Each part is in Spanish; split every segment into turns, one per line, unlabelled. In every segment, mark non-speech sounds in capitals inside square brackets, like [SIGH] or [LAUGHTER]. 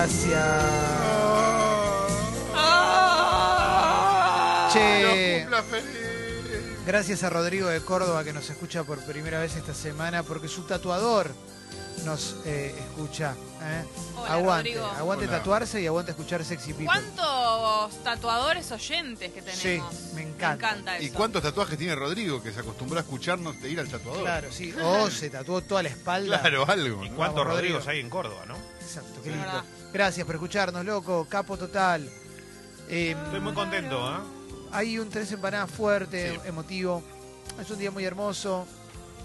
Gracias.
Los
¡Ah!
Ah,
Che,
cumpla feliz.
gracias a Rodrigo de Córdoba que nos escucha por primera vez esta semana porque su tatuador nos eh, escucha. ¿eh?
Hola,
aguante,
Rodrigo.
aguante
Hola.
tatuarse y aguante escuchar sexy people.
¿Cuántos tatuadores oyentes que tenemos?
Sí, me encanta.
Me encanta eso.
¿Y cuántos tatuajes tiene Rodrigo que se acostumbró a escucharnos de ir al tatuador?
Claro, sí. O se tatuó toda la espalda.
Claro, algo.
¿Y
¿no?
cuántos
Vamos, Rodrigo.
Rodrigos hay en Córdoba, no?
Exacto, qué
Es
lindo.
verdad.
Gracias por escucharnos, loco. Capo total. Eh,
Ah.
Estoy muy contento, ¿eh?
hay un tres empanadas fuerte,
Sí.
emotivo. Es un día muy hermoso.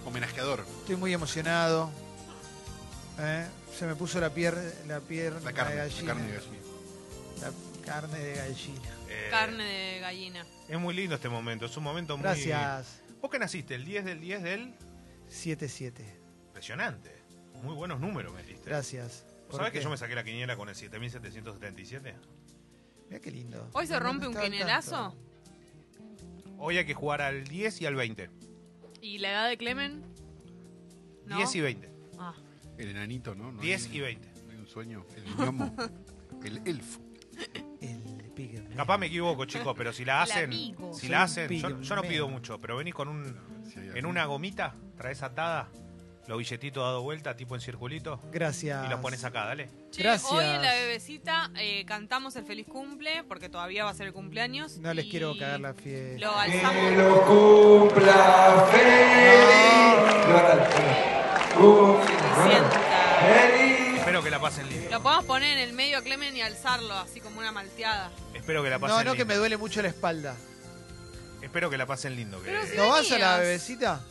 Homenajeador.
Estoy muy emocionado. ¿Eh? Se me puso la pier- la pierna
La carne,
de
la
gallina.
carne de gallina.
La carne de gallina.
Eh,
Carne de gallina.
Es muy lindo este momento, es un momento muy...
Gracias.
¿Vos qué naciste? El 10 del 10 del...
7-7.
Impresionante. Muy buenos números metiste.
Gracias.
¿Vos sabés
Porque-
que yo me saqué la quiniela con el 7777?
Mirá qué lindo.
¿Hoy se
No, no
rompe un
estaba al
quinelazo?
tanto.
Hoy hay que jugar al 10 y al 20.
¿Y la edad de Clemen? ¿No?
10 y 20.
Ah,
El enanito, ¿no? No
10
hay-
y 20.
no hay un sueño. El gnomo. el elfo.
El pigme.
Capaz me equivoco, chicos, pero si
El
la hacen...
amigo.
Si
Soy
la
un
hacen... Yo, yo no
pigmeo.
pido mucho, pero venís con un...
Si hay
En
algo.
una gomita, traes atada, los billetitos dado vuelta, tipo en circulito,
Gracias.
y los pones acá, dale.
Che,
Gracias.
Hoy en la bebecita eh, cantamos el feliz cumple porque todavía va a ser el cumpleaños.
No les
y
quiero cagar la fiesta.
Lo alzamos.
lo cumpla feliz.
Cenicienta.
Espero que la pasen lindo.
Lo podemos poner en el medio a Clemen y alzarlo así como una malteada.
Espero que la pasen
No, no, que me
lindo.
duele mucho la espalda.
Espero que la pasen lindo. Que,
Pero si-
¿No vas a la
venías.
bebecita?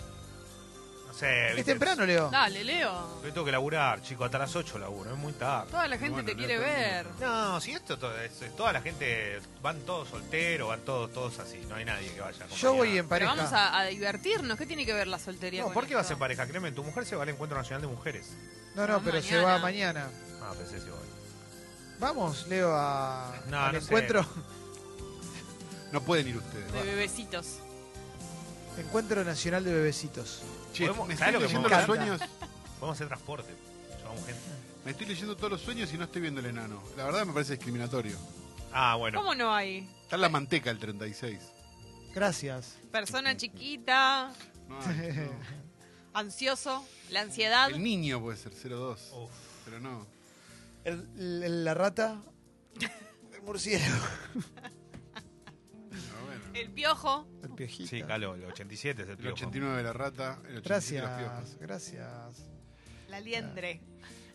no sé,
Es
Eh, viste,
temprano, Leo.
Dale, Leo.
Yo tengo que laburar, chico, hasta las 8 laburo, es muy tarde.
Toda la gente
Bueno,
te
Leo,
quiere
todo el
ver.
No, si esto todo es, es- toda la gente, van todos solteros, van todos, todos así, no hay nadie que vaya.
Yo
acompañado.
voy en
Pero
pareja.
vamos a, a divertirnos. ¿Qué tiene que ver la soltería?
No,
con
¿por qué
esto?
vas en pareja, Clemen? Tu mujer se va al Encuentro Nacional de Mujeres.
No, no,
No,
pero se
mañana.
va mañana.
Ah, pensé si voy.
Vamos, Leo, a...
No,
al
no sé.
encuentro. [LAUGHS]
No pueden ir ustedes.
De
va.
bebecitos.
Encuentro Nacional de Bebecitos.
Che,
Podemos-
me estoy
¿sabés lo que
leyendo
me
los
encanta?
sueños.
Podemos hacer transporte, llevamos gente.
Me estoy leyendo todos los sueños y no estoy viendo el enano. La verdad me parece discriminatorio.
Ah, bueno.
¿Cómo no hay?
Está en la manteca el 36.
Gracias.
Persona chiquita,
No, ay, no.
ansioso, la ansiedad.
El niño puede ser 02.
Uf.
Pero no.
El- el- la rata. El murciélago.
no, bueno.
El piojo.
[LAUGHS] El piojito.
Sí, Calo, el 87 es el
El
piojo.
89 de la rata. El 87 de las piojos.
Gracias, gracias.
La liendre.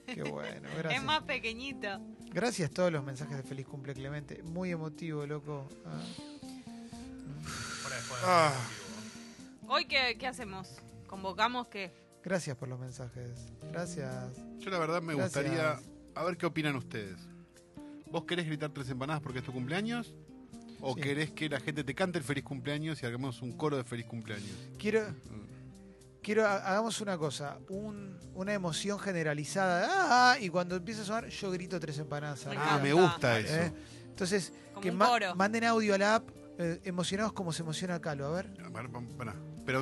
Qué
[LAUGHS]
bueno,
Es más
gracias.
pequeñito.
Gracias a todos los mensajes de feliz cumple Clemente. Muy emotivo, loco. Ah,
Fuera de juego.
Ah.
¿Hoy qué, qué hacemos? ¿Convocamos qué?
Gracias por los mensajes. Gracias.
Yo la verdad me
Gracias.
gustaría a ver qué opinan ustedes. ¿Vos querés gritar tres empanadas porque es tu cumpleaños? ¿O
Sí.
querés que la gente te cante el feliz cumpleaños y hagamos un coro de feliz cumpleaños?
Quiero. Quiero, ha- hagamos una cosa, un- una emoción generalizada, ah, ah, y cuando empieza a sonar, yo grito tres empanadas.
Me
Ah,
arriba,
me
encanta.
gusta eso.
¿eh? Entonces,
Como
que
un
ma-
coro.
manden audio a la app, eh, emocionados como se emociona Calo, a ver.
A ver, pa- pará. Pero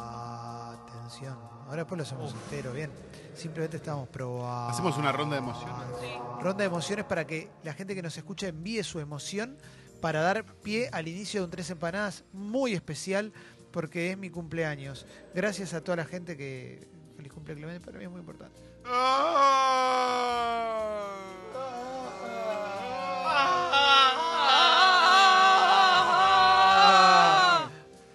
Atención. Ahora después lo hacemos entero, bien. Simplemente estamos probando.
Oh. hacemos una ronda de emociones.
Sí.
Ronda de emociones para que la gente que nos escucha envíe su emoción para dar pie al inicio de un Tres Empanadas muy especial porque es mi cumpleaños. Gracias a toda la gente que... Feliz cumple Clemente, para mí es muy importante. Qué lindo.
Ah.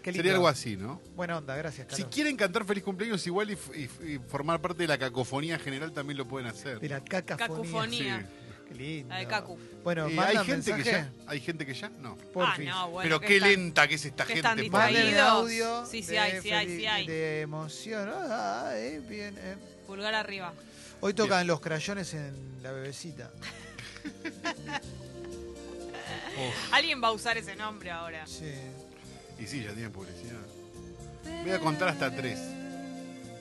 Sería algo así, ¿no?
Buena onda, gracias, Carlos.
Si quieren cantar feliz cumpleaños igual y, f- y f- y formar parte de la cacofonía general también lo pueden hacer.
De la cacafonía.
Cacofonía. Mía.
Qué lindo.
La de Cacu.
Bueno,
Eh,
mandan
hay gente que
mensaje,
ya, hay gente que ya, no.
Ah,
porfis.
no, bueno.
Pero
que
qué
están-
lenta que es esta
que
gente.
están
por
distraídos.
Mándenme
Dios.
audio.
Sí, sí
de
hay, sí hay,
feliz-
sí hay.
De emoción. Ay, bien, eh.
Pulgar arriba.
Hoy tocan los crayones en la bebecita.
Alguien va a usar ese nombre ahora.
Sí.
Y sí, ya tienen publicidad. Voy a contar hasta tres.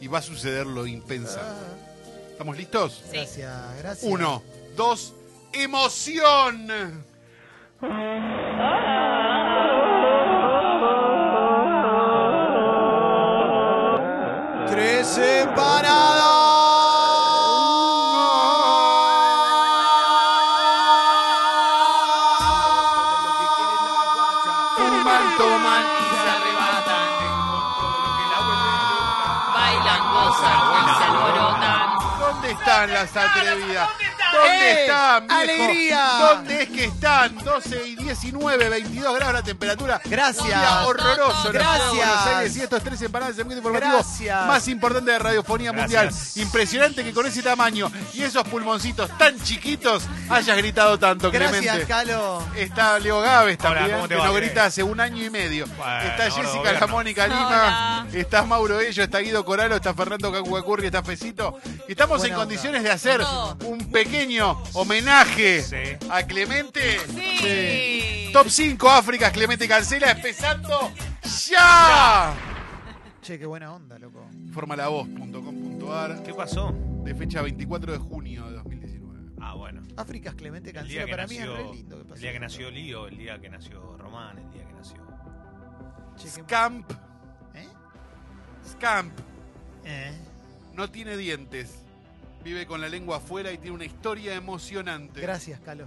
Y va a suceder lo impensable.
Ah,
¿Estamos listos?
Sí.
Gracias, gracias.
Uno, dos, emoción.
Tres empanadas.
Fuman, toman y se arrebatan. Bailan, gozan y se alborotan.
¿Dónde están las atrevidas?
¡Eh!
¿Dónde están, viejo?
¡Alegría!
¿Dónde es que están? 12 y 19, 22 grados la temperatura.
Gracias.
Un día horroroso. en la ciudad de
Gracias.
Buenos Aires y estos tres empanadas del circuito informativo
Gracias.
más importante de radiofonía
Gracias.
mundial. Impresionante que con ese tamaño y esos pulmoncitos tan chiquitos hayas gritado tanto,
Gracias,
Clemente.
Calo.
Está Leo Gávez
Hola,
también,
¿cómo te
que
va,
no
Clemente?
grita hace un año y medio.
Bueno,
está
gordo
Jessica
gobierno.
Jamón y Calima, está Mauro Ello, está Guido Coralo, está Fernando Cacuacurri, está Fecito. Y Estamos
Buena
en
onda.
condiciones de hacer
Todo.
un pequeño homenaje
Sí.
a Clemente.
Sí.
Top 5 África, Clemente Cancela, empezando ya.
Che, qué buena onda, loco.
Informalavoz.com.ar
¿Qué pasó?
de fecha 24 de junio de 2019.
Ah, bueno.
África es Clemente
El
Cancela.
día, que
Para mí
nació,
es re lindo que
el
pase
día que
esto.
nació Lío, el día que nació Román, el día que nació.
Che, qué-
Scamp,
¿Eh?
Scamp,
¿Eh?
no tiene dientes. Vive con la lengua afuera y tiene una historia emocionante.
Gracias, Calo.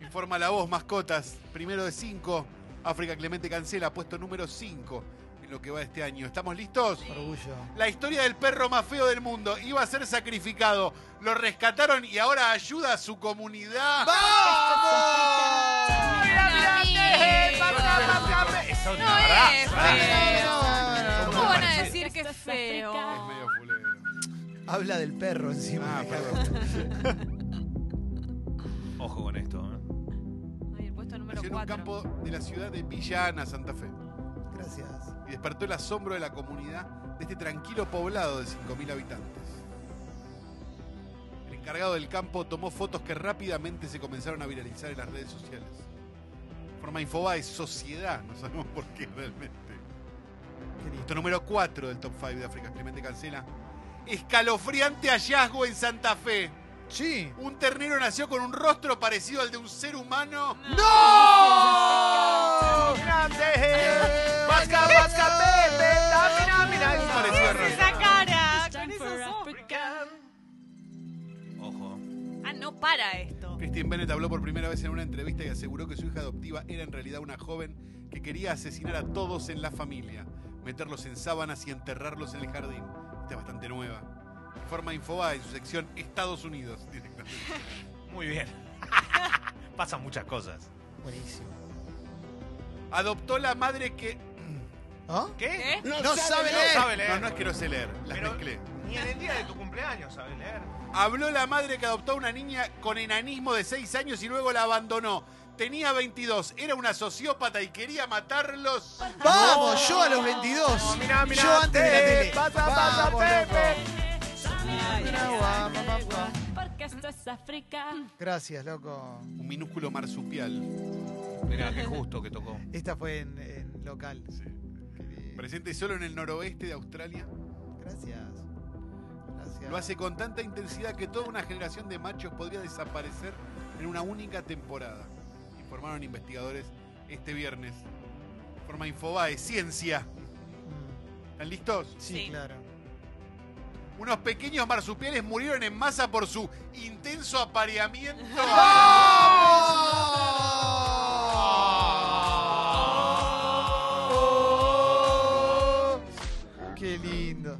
Informa la voz, mascotas. Primero de 5. África Clemente Cancela, puesto número 5 en lo que va este año. ¿Estamos listos?
Orgullo.
La historia del perro más feo del mundo. Iba a ser sacrificado. Lo rescataron y ahora ayuda a su comunidad.
eh,
Esa otra,
No
¿verdad?
es
¿Verdad?
feo. ¿Cómo van a decir que es feo?
Es medio fulero.
Habla del perro encima. [LAUGHS]
Ah, perdón.
Ojo con esto, ¿eh?
Ay, el puesto número
Nació en un
4.
campo de la ciudad de Villa Ana, Santa Fe.
Gracias.
Y despertó el asombro de la comunidad de este tranquilo poblado de 5.000 habitantes. El encargado del campo tomó fotos que rápidamente se comenzaron a viralizar en las redes sociales. Forma Infobae, sociedad, no sabemos por qué realmente. Punto número 4 del top 5 de África, Clemente Cancela. Escalofriante hallazgo en Santa Fe.
Sí.
Un ternero nació con un rostro parecido al de un ser humano.
¡No! ¡Vasca, vasca, pepe! ¡Tamina, mina!
Un parecido al
Con
rostro.
esa cara, con esos ojos.
Ojo.
Ah, no para esto.
Christine Bennett habló por primera vez en una entrevista y aseguró que su hija adoptiva era en realidad una joven que quería asesinar a todos en la familia, meterlos en sábanas y enterrarlos en el jardín. Esta es bastante nueva. Forma Infoba en su sección Estados Unidos. [LAUGHS] directamente.
Muy bien. [LAUGHS] Pasan muchas cosas.
Buenísimo.
Adoptó la madre que...
¿Ah?
¿Qué?
¿Qué?
No, sabe
No
leer.
sabe leer.
No, no es que no sé leer, las
Pero-
mezclé.
Ni en el día de tu cumpleaños sabes leer.
Habló la madre que adoptó a una niña con enanismo de 6 años y luego la abandonó. Tenía 22, era una sociópata y quería matarlos.
Vamos, yo a los 22. yo antes de la tele.
¡Pasa, pasa,
Vamos,
pepe!
loco. Mirá, guau, papá, papá.
Porque esto es África.
Gracias, loco.
Un minúsculo marsupial.
Mira, qué justo que tocó.
Esta fue en, en local. Qué bien.
Presente solo en el noroeste de Australia.
Gracias. Gracias.
Lo hace con tanta intensidad que toda una generación de machos podría desaparecer en una única temporada. Informaron investigadores este viernes. Forma Infobae, ciencia.
Mm.
¿Están listos?
Sí,
Sí.
claro.
Unos pequeños marsupiales murieron en masa por su intenso apareamiento.
Qué lindo.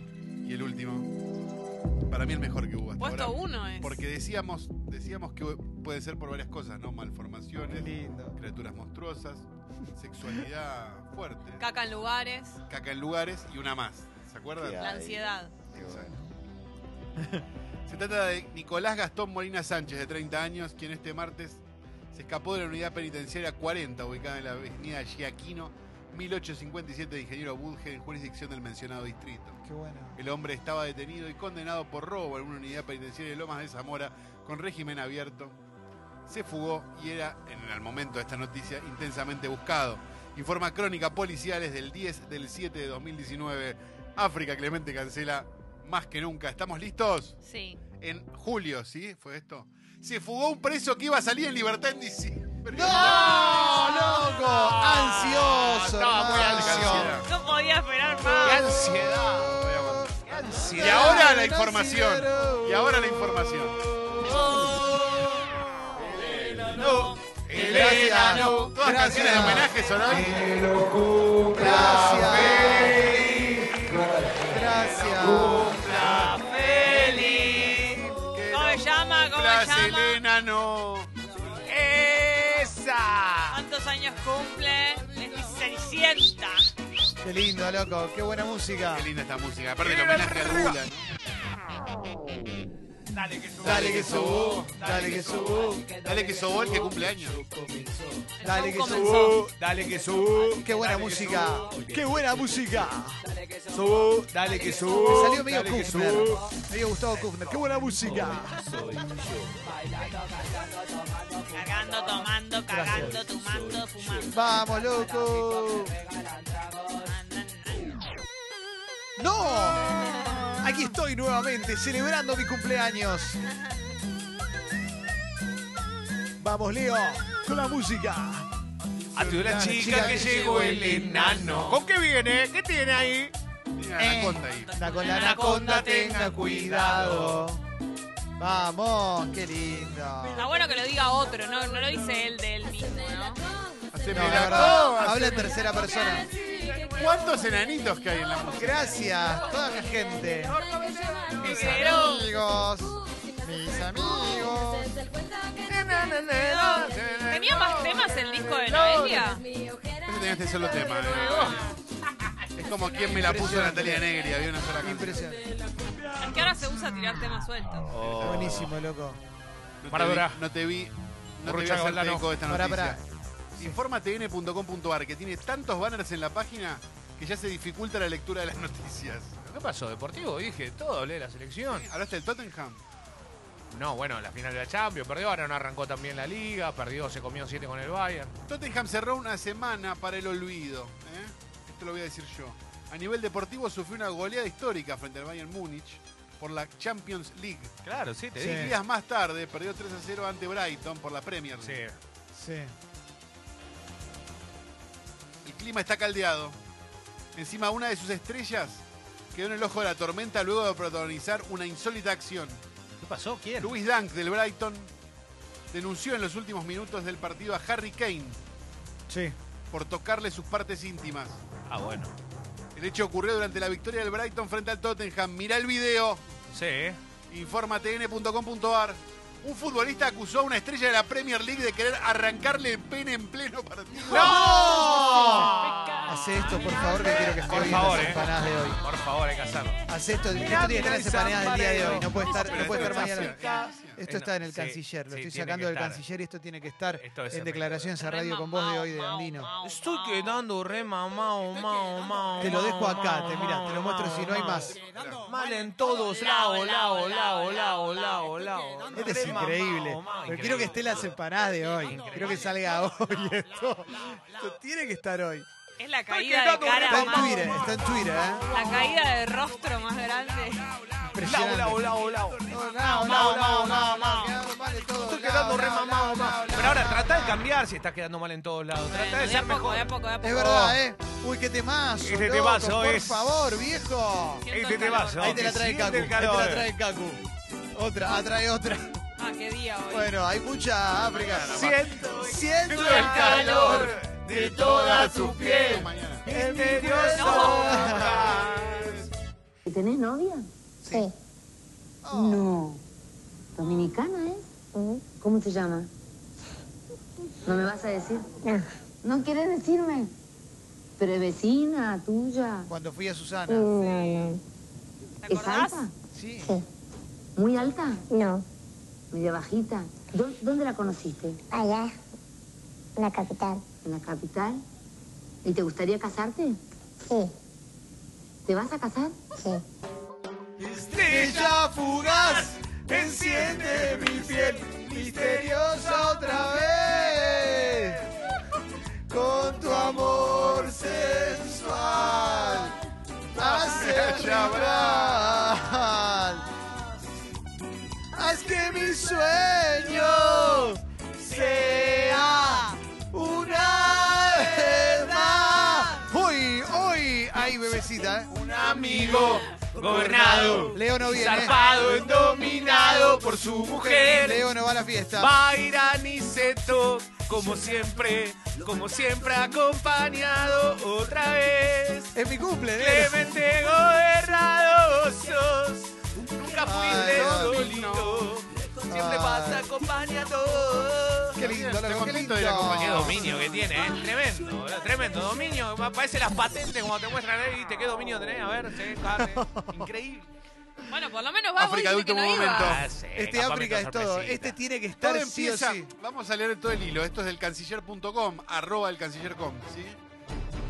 Y el último. Para mí el mejor que hubo hasta
Puesto
ahora.
1 es.
Porque decíamos, decíamos que puede ser por varias cosas, ¿no?
Qué
Malformaciones,
lindo.
criaturas monstruosas, sexualidad fuerte,
Caca en lugares,
caca en lugares y una más. ¿Se acuerdan?
la ansiedad.
Exacto. [LAUGHS] Se trata de Nicolás Gastón Molina Sánchez, de 30 años, quien este martes se escapó de la unidad penitenciaria 40, ubicada en la avenida Giaquino, 1857 de Ingeniero Budge, en jurisdicción del mencionado distrito.
Qué bueno.
El hombre estaba detenido y condenado por robo en una unidad penitenciaria de Lomas de Zamora con régimen abierto. Se fugó y era, en el momento de esta noticia, intensamente buscado. Informa Crónica Policiales del 10 del 7 de 2019. África Clemente Cancela, más que nunca. ¿Estamos listos?
Sí.
En julio, ¿sí? ¿Fue esto? Se fugó un preso que iba a salir en libertad en diciembre.
¡No, loco! Ansioso, Ah,
Estaba muy
hermano.
ansioso.
No podía esperar
¡Qué
más.
ansiedad! Ahora la información. Y ahora la información.
No.
Gracias. Todas
Gracias.
canciones de homenaje son hoy.
Que lo cumpla feliz.
Gracias.
Que
¿Cómo se
no
llama? ¿Cómo se
cumplas
llama?
el enano.
¡Esa!
¿Cuántos años cumple? Es Cenicienta.
Qué lindo, loco. Qué buena música.
Qué linda esta música. Aparte el homenaje a Rula. ¿no?
Dale, que suba.
Dale que subo, dale que subo,
Dale que sobó el que cumple años.
El
dale que
show comenzó.
Uh.
subo.
Dale que subo.
Qué buena música. Qué buena música.
Subo, dale que
Me
subo.
salió medio
dale que
Kufner.
subo.
Medio Gustavo Kufner. Qué buena música.
Cagando, tomando, cagando, tomando, fumando.
Vamos, loco. ¡No! Aquí estoy nuevamente celebrando mi cumpleaños. Vamos, Leo, con la música.
A tu Ah, la chica que llegó el enano.
¿Con qué viene? ¿Qué tiene ahí?
Tiene la
Eh.
anaconda ahí.
Anda con la anaconda, tenga cuidado. Vamos, qué lindo.
Está bueno que lo diga otro, no, no lo dice él de él mismo, ¿no?
No,
Haceme
la
la
verdad,
coba.
habla en tercera persona.
¿Cuántos enanitos que hay en la música?
Gracias, toda la gente. Mis
Pero-
amigos, mis amigos.
¿Tenía más temas el disco de Noelia?
Ese tenía este solo tema. ¿eh? Es como quien me la puso Natalia Negri. Había una sola canción.
Impresionante.
Es que ahora se usa tirar temas sueltos.
Oh.
Buenísimo, loco.
No te
Maradona.
vi- No te vi. No te vi
Borruchaga
hacerte
Valdano.
eco de esta
Pará,
noticia.
pará.
Informatvn.com.ar que tiene tantos banners en la página que ya se dificulta la lectura de las [LAUGHS] noticias.
¿Qué pasó? Deportivo, dije, todo, hablé de la selección.
¿Hablaste del Tottenham?
No, bueno, la final de la Champions, perdió, ahora no arrancó también la liga, perdió, se comió 7 con el Bayern.
Tottenham cerró una semana para el olvido. ¿eh? Esto lo voy a decir yo. A nivel deportivo sufrió una goleada histórica frente al Bayern Múnich por la Champions League.
Claro, sí, te
Sí.
dije.
Seis días más tarde perdió 3 a 0 ante Brighton por la Premier
Sí.
League.
Sí.
El clima está caldeado. Encima una de sus estrellas quedó en el ojo de la tormenta luego de protagonizar una insólita acción.
¿Qué pasó? ¿Quién?
Luis Dank del Brighton denunció en los últimos minutos del partido a Harry Kane
Sí.
por tocarle sus partes íntimas.
Ah, bueno.
El hecho ocurrió durante la victoria del Brighton frente al Tottenham. Mirá el video.
Sí.
Informatn.com.ar. Un futbolista acusó a una estrella de la Premier League de querer arrancarle el pene en pleno partido.
Hace esto, por favor, que quiero que esté
Por
bien
favor,
las
eh.
empanadas de hoy.
Por favor, hay que hacerlo.
Hace esto, esto tiene que estar en las empanadas del día de hoy. No puede estar,
Pero
no puede estar
esto es
mañana.
demasiado.
Esto
Eh,
está en el
sí,
canciller, lo
sí,
estoy
tiene
sacando
que
del
estar.
canciller y eesto tiene que estar
Esto es
en
el
declaraciones a radio con voz de hoy de Andino.
Oh,
Estoy quedando.
re mamao, mao, mao.
Te lo dejo acá, te mirá, te lo muestro si no hay más.
Mal en todos lao, lao, lao, lao, lao, lao.
Este es increíble. Pero quiero que estén las empanadas de hoy. Quiero que salga hoy esto. Esto tiene que estar hoy.
Es la caída de
Está
cara
en Twitter,
más.
está en Twitter, ¿eh?
La caída de rostro más grande.
Impresionante.
lao, lao.
No, no,
Mao,
no,
mao,
no,
mao,
no.
mao.
Quedado mal de todo,
Estoy
lao,
quedando re
lao,
mamao,
lao,
mao.
lao,
Pero
lao,
ahora
lao.
trata de cambiar si estás quedando mal en todos lados. Trata de
Bueno, de a
ser
poco, de
mejor.
a poco, de a poco.
Es verdad, ¿eh? Uy, qué temazo.
Oh. Este
loco,
temazo
Por
es-
favor, viejo.
Siento
Este
el
te vas,
calor.
Ahí te la trae Cacu.
Siente
Ahí
el
te
calor.
la trae Cacu. Otra, atrae otra.
Ah, qué día hoy.
Bueno, hay mucha África.
Siento
Siento
el calor de toda su
Pero
piel.
mañana.
En medio sombras.
¿Tenés novia? Sí. No. ¿Dominicana es? ¿Cómo se llama? ¿No me vas a decir? No. ¿No quieres decirme? Pero es vecina, tuya.
Cuando fui a Susana.
¿Te
¿Es
acordás?
alta?
Sí.
¿Muy alta?
No,
¿Media bajita? ¿Dó- ¿Dónde la conociste?
allá, en la capital.
¿En la capital? ¿Y te gustaría casarte?
Sí,
¿Te vas a casar?
sí.
Estrella fugaz, enciende mi piel misteriosa otra vez. Con tu amor sensual, hace vibrar. Haz que mi sueño sea una verdad. Hoy, hoy, ay bebecita, nota, ¿eh?
Un amigo gobernado,
Leo no viene. ¿eh?
zarpado, dominado por su mujer.
Leo no va a la fiesta.
Baira Niceto, como siempre, como siempre acompañado otra vez.
Es mi cumple, Leo.
Clemente gobernado sos, nunca fuiste
Ay, no,
solito, siempre
Ay.
vas acompañado.
Qué lindo,
Estoy
loco, qué lindo.
contento de ir
Qué
acompañado.
dominio que tiene, ¿eh? Tremendo, boludo, tremendo. Dominio, me parece las patentes como te muestran ahí, ¿viste? ¿Qué dominio tenés? A ver, sí,
[LAUGHS]
dale. Increíble.
Bueno, por lo menos va
África
vos dijiste
de último
que no iba.
momento.
Ah, sí,
Este
capaz me
África es
trae
todo.
sorpresita.
Este tiene que
Todo
estar sí o
empieza,
sí.
vamos a leer todo el hilo, esto es del canciller.com, arroba el canciller.com, ¿sí?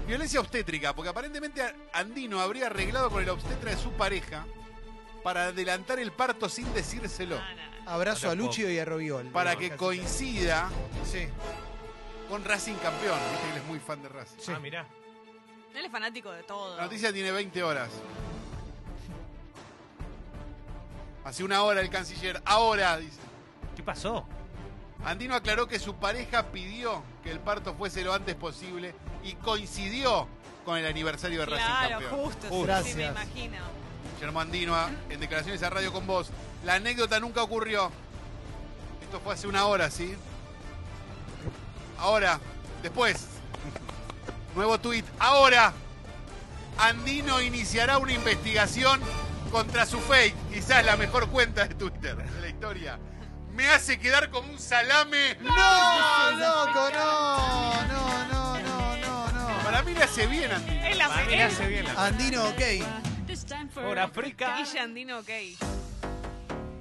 Violencia obstétrica, porque aparentemente Andino habría arreglado con el obstetra de su pareja para adelantar el parto sin decírselo,
No, no, no.
Abrazo
No
a
te puedo-
Lucio y a Robiol.
para
Leo,
que
casi.
coincida
Sí,
con Racing campeón, viste que él es muy fan de Racing.
sí.
Ah, mirá.
Él es fanático de todo.
La noticia tiene 20 horas. Hace una hora el canciller, ahora, dice.
¿Qué pasó?
Andino aclaró que su pareja pidió que el parto fuese lo antes posible y coincidió con el aniversario de Racing
Claro,
Campeón.
justo,
Justo.
sí,
Gracias.
me imagino.
Guillermo Andino, a- en declaraciones a Radio con Voz. La anécdota nunca ocurrió. Esto fue hace una hora, ¿sí? Ahora, después. [LAUGHS] Nuevo tuit. Ahora, Andino iniciará una investigación contra su fake. Quizás la mejor cuenta de Twitter de la historia. Me hace quedar como un salame. [LAUGHS]
¡No, loco! ¡No! ¡No, no, no, no, no!
Para mí le hace bien, Andino.
Él
Para mí le
hace.
hace bien la
Andino, ok.
Por África.
Guille Andino, ok.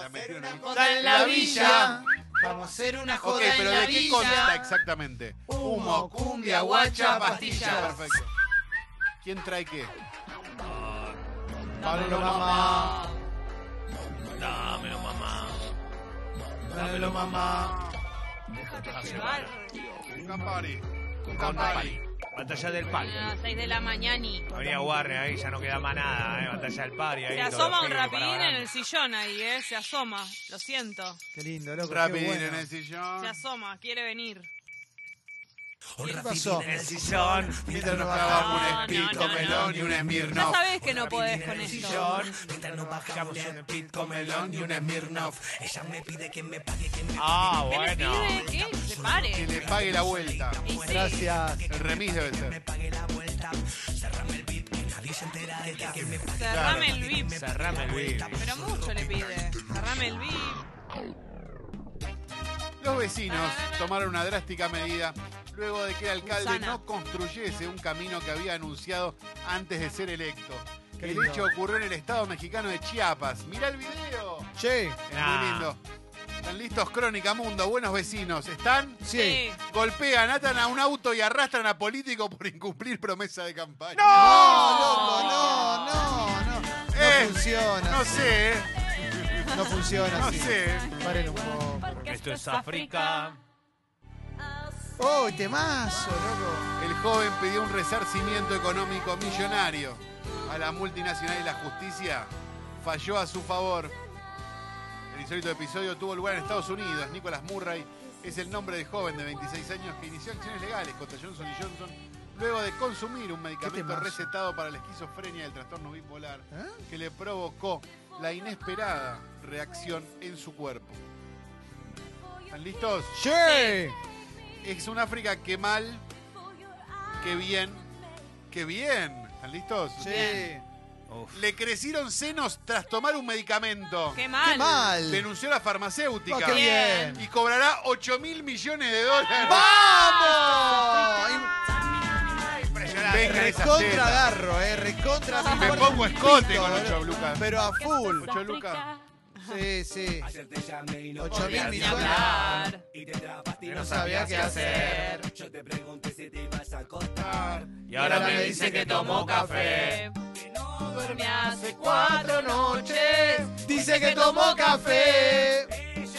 La metieron ahí.
Otra en
La villa. Vamos a hacer una
Ok,
joda en
pero
la
¿de qué
villa.
consta exactamente? Humo, cumbia, guacha, pastilla. Perfecto. ¿Quién trae qué?
Pablo mamá.
Dámelo, mamá.
Pablo mamá.
Llevar.
Campari.
Con Pali. Batalla del Pali.
A las 6 de la mañana. y-
Habría Warren ahí, ya no queda más nada, ¿eh? Batalla del Pali. Ahí,
Se
todos
asoma
los
un
pibes
rapidín
para
en el sillón ahí, ¿eh? Se asoma. Lo siento.
Qué lindo, loco. qué
Rapidín
bueno.
en el sillón.
Se asoma, quiere venir.
¿Qué pasó?
En el sillón.
Mientras nos clavamos
No,
un
no,
espito
no, no.
melón y un
Ya
esmirnoff.
sabes que no podés con esto.
Mientras no bajamos un pito melón y un esmirnoff. Ella me pide que me pague, que me
Ah,
¿Qué le
bueno.
pide? ¿Qué? Se
Que
pare.
le pague la vuelta.
Y sí,
Gracias.
El remis debe ser.
pague la vuelta. Cerrame el beat, que nadie se entera de que me pague.
cerrame el VIP.
Cerrame el vídeo.
Pero mucho le pide. Cerrame el VIP.
Los vecinos tomaron una drástica medida luego de que el alcalde
Susana.
no construyese un camino que había anunciado antes de ser electo.
Qué
El
lindo.
hecho ocurrió en el estado mexicano de Chiapas. Mirá el video.
Che,
Es
Nah.
muy lindo. Están listos, Crónica Mundo, buenos vecinos. Están,
sí.
golpean, atan a un auto y arrastran a político por incumplir promesa de campaña.
No, loco, no, no, no. No
Eh,
funciona.
No sé, eh.
No, funciona.
no
así.
sé. ¿eh?
Paren un poco.
Porque
Esto es África.
¡Oh, temazo, loco!
El joven pidió un resarcimiento económico millonario a la multinacional y la justicia falló a su favor. El insólito episodio tuvo lugar en Estados Unidos. Nicholas Murray es el nombre del joven de 26 años que inició acciones legales contra Johnson Johnson luego de consumir un medicamento
temazo.
recetado para la esquizofrenia y el trastorno bipolar
¿Eh?
que le provocó la inesperada reacción en su cuerpo. ¿Están listos?
¡Che!
Es un África que mal, que bien, que bien. ¿Están listos?
¡Che!
Le crecieron senos tras tomar un medicamento.
Qué
¡Qué
mal.
mal!
Denunció la farmacéutica.
Oh, ¡Qué bien!
Y cobrará 8 mil millones de dólares.
¡Vamos!
Impresionante. Venga esas
Recontra
tetas.
agarro, eh, recontra. no
Me
importa
pongo
un
escote
pito,
con
boludo.
8 lucas.
Pero a full.
Ocho lucas.
Sí, sí. Ocho mil
Ni
Ni
millones.
hablar.
No sabía qué hacer.
Yo te pregunté si te ibas a
Y ahora
Ahora
me
me
dice
dice
que tomó café.
Eh,
No
duerme hace cuatro noches.
Dice que tomó café.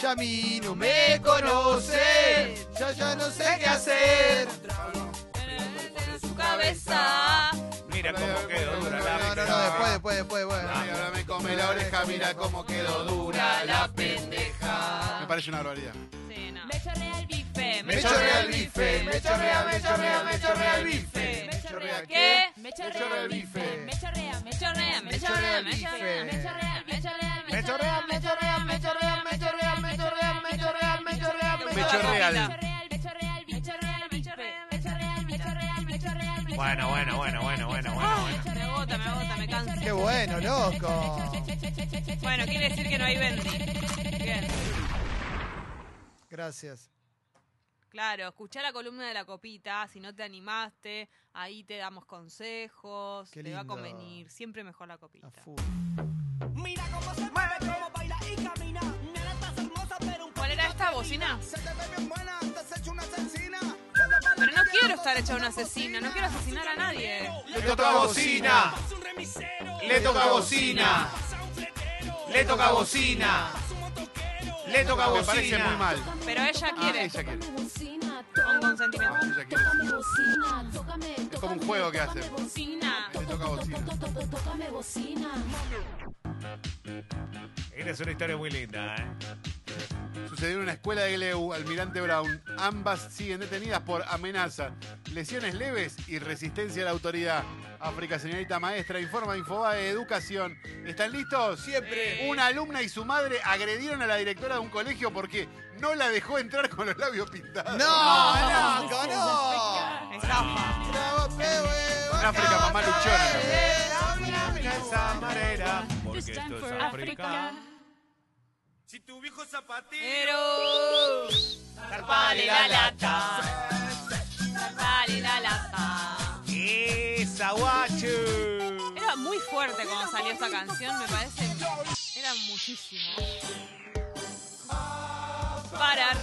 Ya a mí no me conoce. Ya ya no sé qué hacer.
En su cabeza.
Mira cómo quedó dura la
No, no, no, después, después, después. bueno.
Ahora me come la oreja, mira cómo quedó dura la pendeja. Me parece una barbaridad.
Me chorrea el bife.
Me chorrea el bife, me chorrea, me chorrea, me chorrea el
bife. ¿Me chorrea qué? Me chorrea el bife. Me chorrea, me chorrea, me chorrea, me chorrea, me chorrea, me chorrea, me chorrea, me chorrea, me chorrea, me chorrea, me chorrea, me chorrea, me chorrea, me
Me chorrea el-
Bueno, bueno, bueno, bueno, bueno, bueno.
Me agota, me agota, me cansa.
Qué bueno, loco.
Bueno, quiere decir que no hay Bendy. Bien.
Gracias.
Claro, escuchá la columna de la copita, si no te animaste, ahí te damos consejos,
Qué
te va a
lindo.
convenir, siempre mejor la copita.
Mira cómo se mueve, cómo baila y camina. Nena, estás hermosa, pero un
¿Cuál era esta bocina? Pero no quiero estar hecha una asesina, no quiero asesinar a nadie.
Le toca bocina. Le toca bocina. Le toca bocina. Le toca
Me
bocina.
parece muy mal.
Pero ella quiere.
Ah, ella quiere. Ah,
Con consentimiento.
Es como un juego que hace.
Bocina.
Le toca bocina.
Esta es una historia muy linda, ¿eh?
Sucedió en una escuela de Gleu, Almirante Brown. Ambas siguen detenidas por amenaza, lesiones leves y resistencia a la autoridad. África, señorita maestra, informa Infobae Educación. ¿Están listos?
Siempre.
Una alumna y su madre agredieron a la directora de un colegio porque no la dejó entrar con los labios pintados.
Ah,
No, loco, no.
Estafa.
En África, mamá luchona.
esa manera. Porque esto es África.
Si tu viejo zapatero.
Pero.
Zarpale la lata.
Vale, la lata.
Esa guacho.
Era muy fuerte cuando salió esta canción, me parece. Era muchísimo. Parar.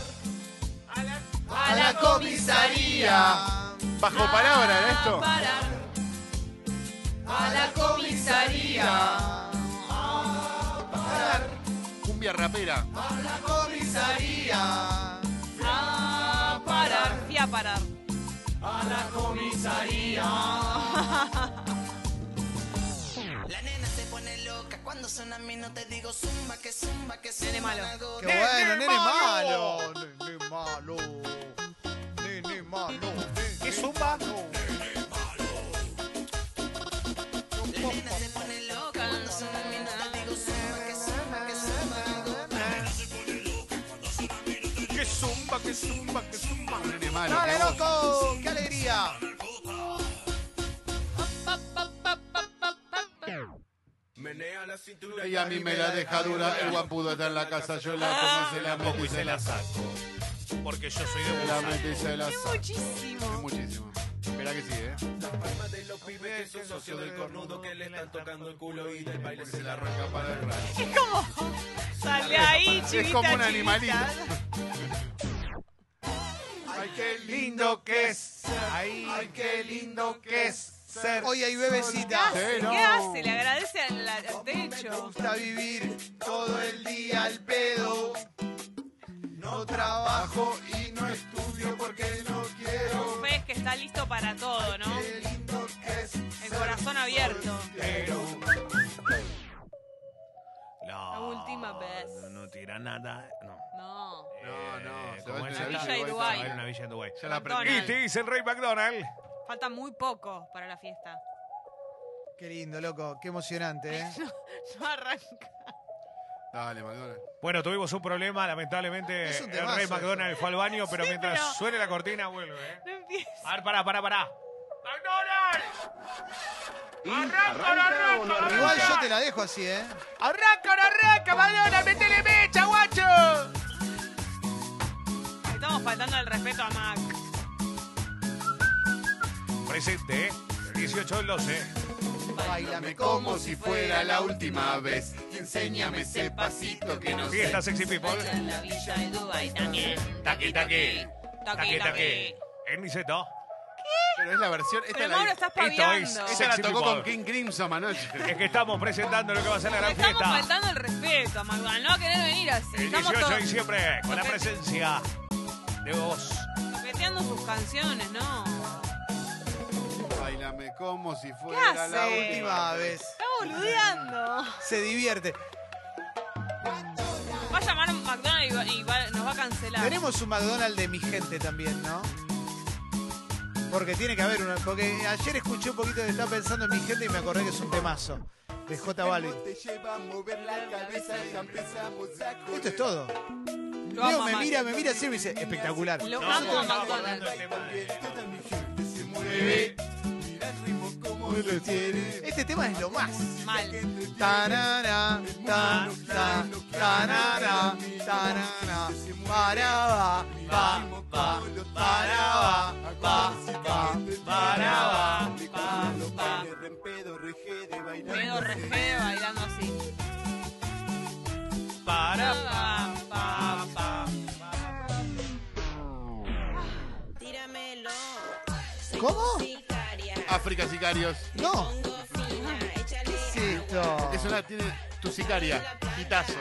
A la
comisaría. Bajo palabra, ¿era esto?
Parar. A la comisaría.
Cumbia rapera.
Comisaría.
A parar. Fui a parar.
A la comisaría.
La nena se pone loca cuando suena a mí, no te digo zumba, que zumba, que zumba. Nene malo.
Qué bueno, nene malo. Nene malo. Nene malo.
¿Qué zumba?
La nena se pone loca cuando suena a mí, no te digo zumba, que zumba, que zumba.
Que zumba, que zumba, que zumba.
Nene malo.
Dale,
qué voz.
loco. Qué alegría.
Menea la cintura
Y a mí me la deja dura, el guapudo está en la casa, yo la como, se la moco y se la saco.
Porque yo soy de
Se la meto y
Busan.
se la saco.
Muchísimo.
Es muchísimo. Verá que sí, ¿eh?
Las palmas de los pibes que son socios del cornudo que le están tocando el culo y del baile se la arranca para el rayo.
Es como. Sale ahí, chivita.
es como un
chivita.
animalito. Ay, qué lindo que es. Ay, qué lindo que es ser.
Hoy hay bebecita.
soltero.
¿Qué hace? Le agradece al, al techo.
gusta vivir todo el día al pedo. No trabajo y no estudio porque no quiero.
Ves que está listo para todo, ¿no? El corazón abierto.
No.
La última vez.
No, no tira nada. No.
No.
No, no,
Eh,
se
¿cómo
va
es?
en
Villa
Se va en
Dubái.
una villa en Dubái.
Ya la aprendí.
McDonald's.
Y te dice el Rey McDonald.
Falta muy poco para la fiesta.
Qué lindo, loco. Qué emocionante,
[LAUGHS]
¿eh?
No arranca.
Dale, McDonald's.
Bueno, tuvimos un problema, lamentablemente.
Es un
el
temazo
Rey
esto.
McDonald fue al baño, pero
Sí,
mientras
pero-
suene la cortina vuelve. ¿eh?
No empieza.
A ver, pará, pará, pará. ¡McDonald! ¡Arranca, arranca, arranca!
Igual yo te la dejo así, ¿eh?
¡Arranca, no arranca, McDonald! ¡Metele mecha, guacho!
Le Estamos faltando el respeto a Mac.
Presente, ¿eh? El 18 del 12.
Bailame
Me como si fuera la última vez. Y enséñame ese pasito que no sé.
Fiesta Sexy People.
En la villa de Dubai también.
Taque, taque. Taque, taque. En Niceto.
Pero es la versión. Esta
Pero
la,
Mauro, estás paviando.
Esta
Sexy
la tocó
People.
con King Crimson anoche.
Es que estamos presentando lo que va a ser la gran
Estamos
fiesta.
faltando el respeto, Manuel. No querés venir así.
El
Estamos
18 de
todos
diciembre, con la presencia de vos.
toqueteando sus canciones, ¿no?
Bailame como si
¿Qué
fuera
hace?
la
Última vez.
Está boludeando.
Se divierte.
Va a llamar a McDonald's y, va- y va- nos va a cancelar.
Tenemos un McDonald's de mi gente también, ¿no? Porque tiene que haber una. Porque ayer escuché un poquito de estaba pensando en mi gente y me acordé que es un temazo. De J Balvin.
Te lleva a mover la cabeza y ya empezamos a
Esto es todo.
Lo
Leo
amo
me
a
mira, me mira así y me dice, espectacular.
Lo
Nosotros-
amo a
McDonald's.
Este tema es lo más.
Mal.
Tarara, ta, ta, tarara, tarara, paraba, va, va, paraba, va, va, paraba.
Medio rejeo bailando así.
Para,
pa, pa, pa.
Tíramelo.
¿Cómo?
África Sicarios.
No. Sí, esto.
Es una, tiene tu sicaria, quitazo.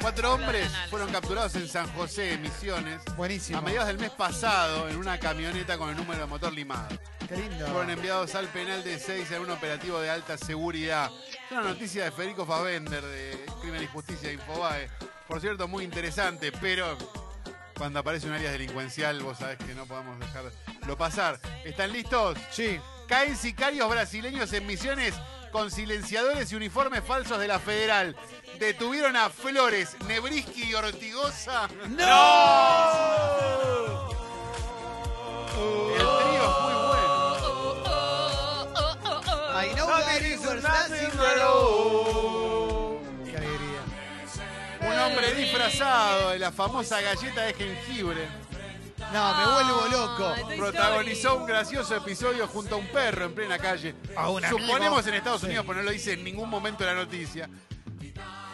Cuatro hombres fueron capturados en San José, Misiones,
Buenísimo.
a mediados del mes pasado en una camioneta con el número de motor limado.
Qué lindo.
Fueron enviados al penal de Seis en un operativo de alta seguridad. Es una noticia de Federico Favender de Crimen y Justicia de Infobae. Por cierto, muy interesante, pero cuando aparece un área delincuencial, vos sabés que no podemos dejarlo pasar. ¿Están listos?
Sí.
Caen sicarios brasileños en misiones con silenciadores y uniformes falsos de la federal. Detuvieron a Flores, Nebriski y Ortigosa.
¡No!
El trío es muy bueno.
I know that it was nothing at all. Qué alegría.
Un hombre disfrazado de la famosa galleta de jengibre
No, me vuelvo loco.
protagonizó un gracioso episodio junto a un perro en plena calle.
A un amigo.
Suponemos en Estados
Sí.
Unidos, pero no lo dice en ningún momento la noticia.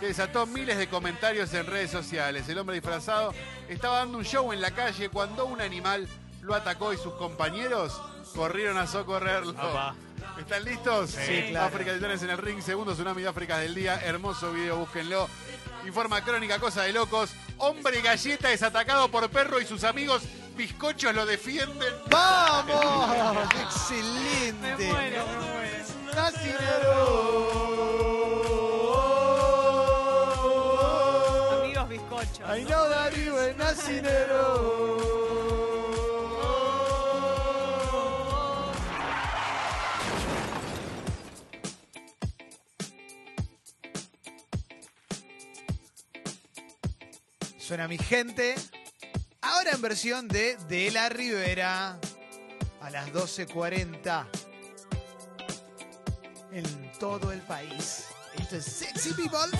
Que desató miles de comentarios en redes sociales. El hombre disfrazado estaba dando un show en la calle cuando un animal lo atacó y sus compañeros corrieron a socorrerlo.
Papá.
¿Están listos?
Sí, claro.
África Titanes en el ring, segundo tsunami de África del día. Hermoso video, búsquenlo. Informa Crónica Cosa de Locos. Hombre galleta es atacado por perro y sus amigos bizcochos lo defienden.
[LAUGHS] ¡Vamos! ¡Excelente! Me muero,
Amigos bizcochos.
I know that you were nothing at all. Suena mi gente. Ahora en versión de De la Rivera. A las 12.40. En todo el país. Esto es Sexy People.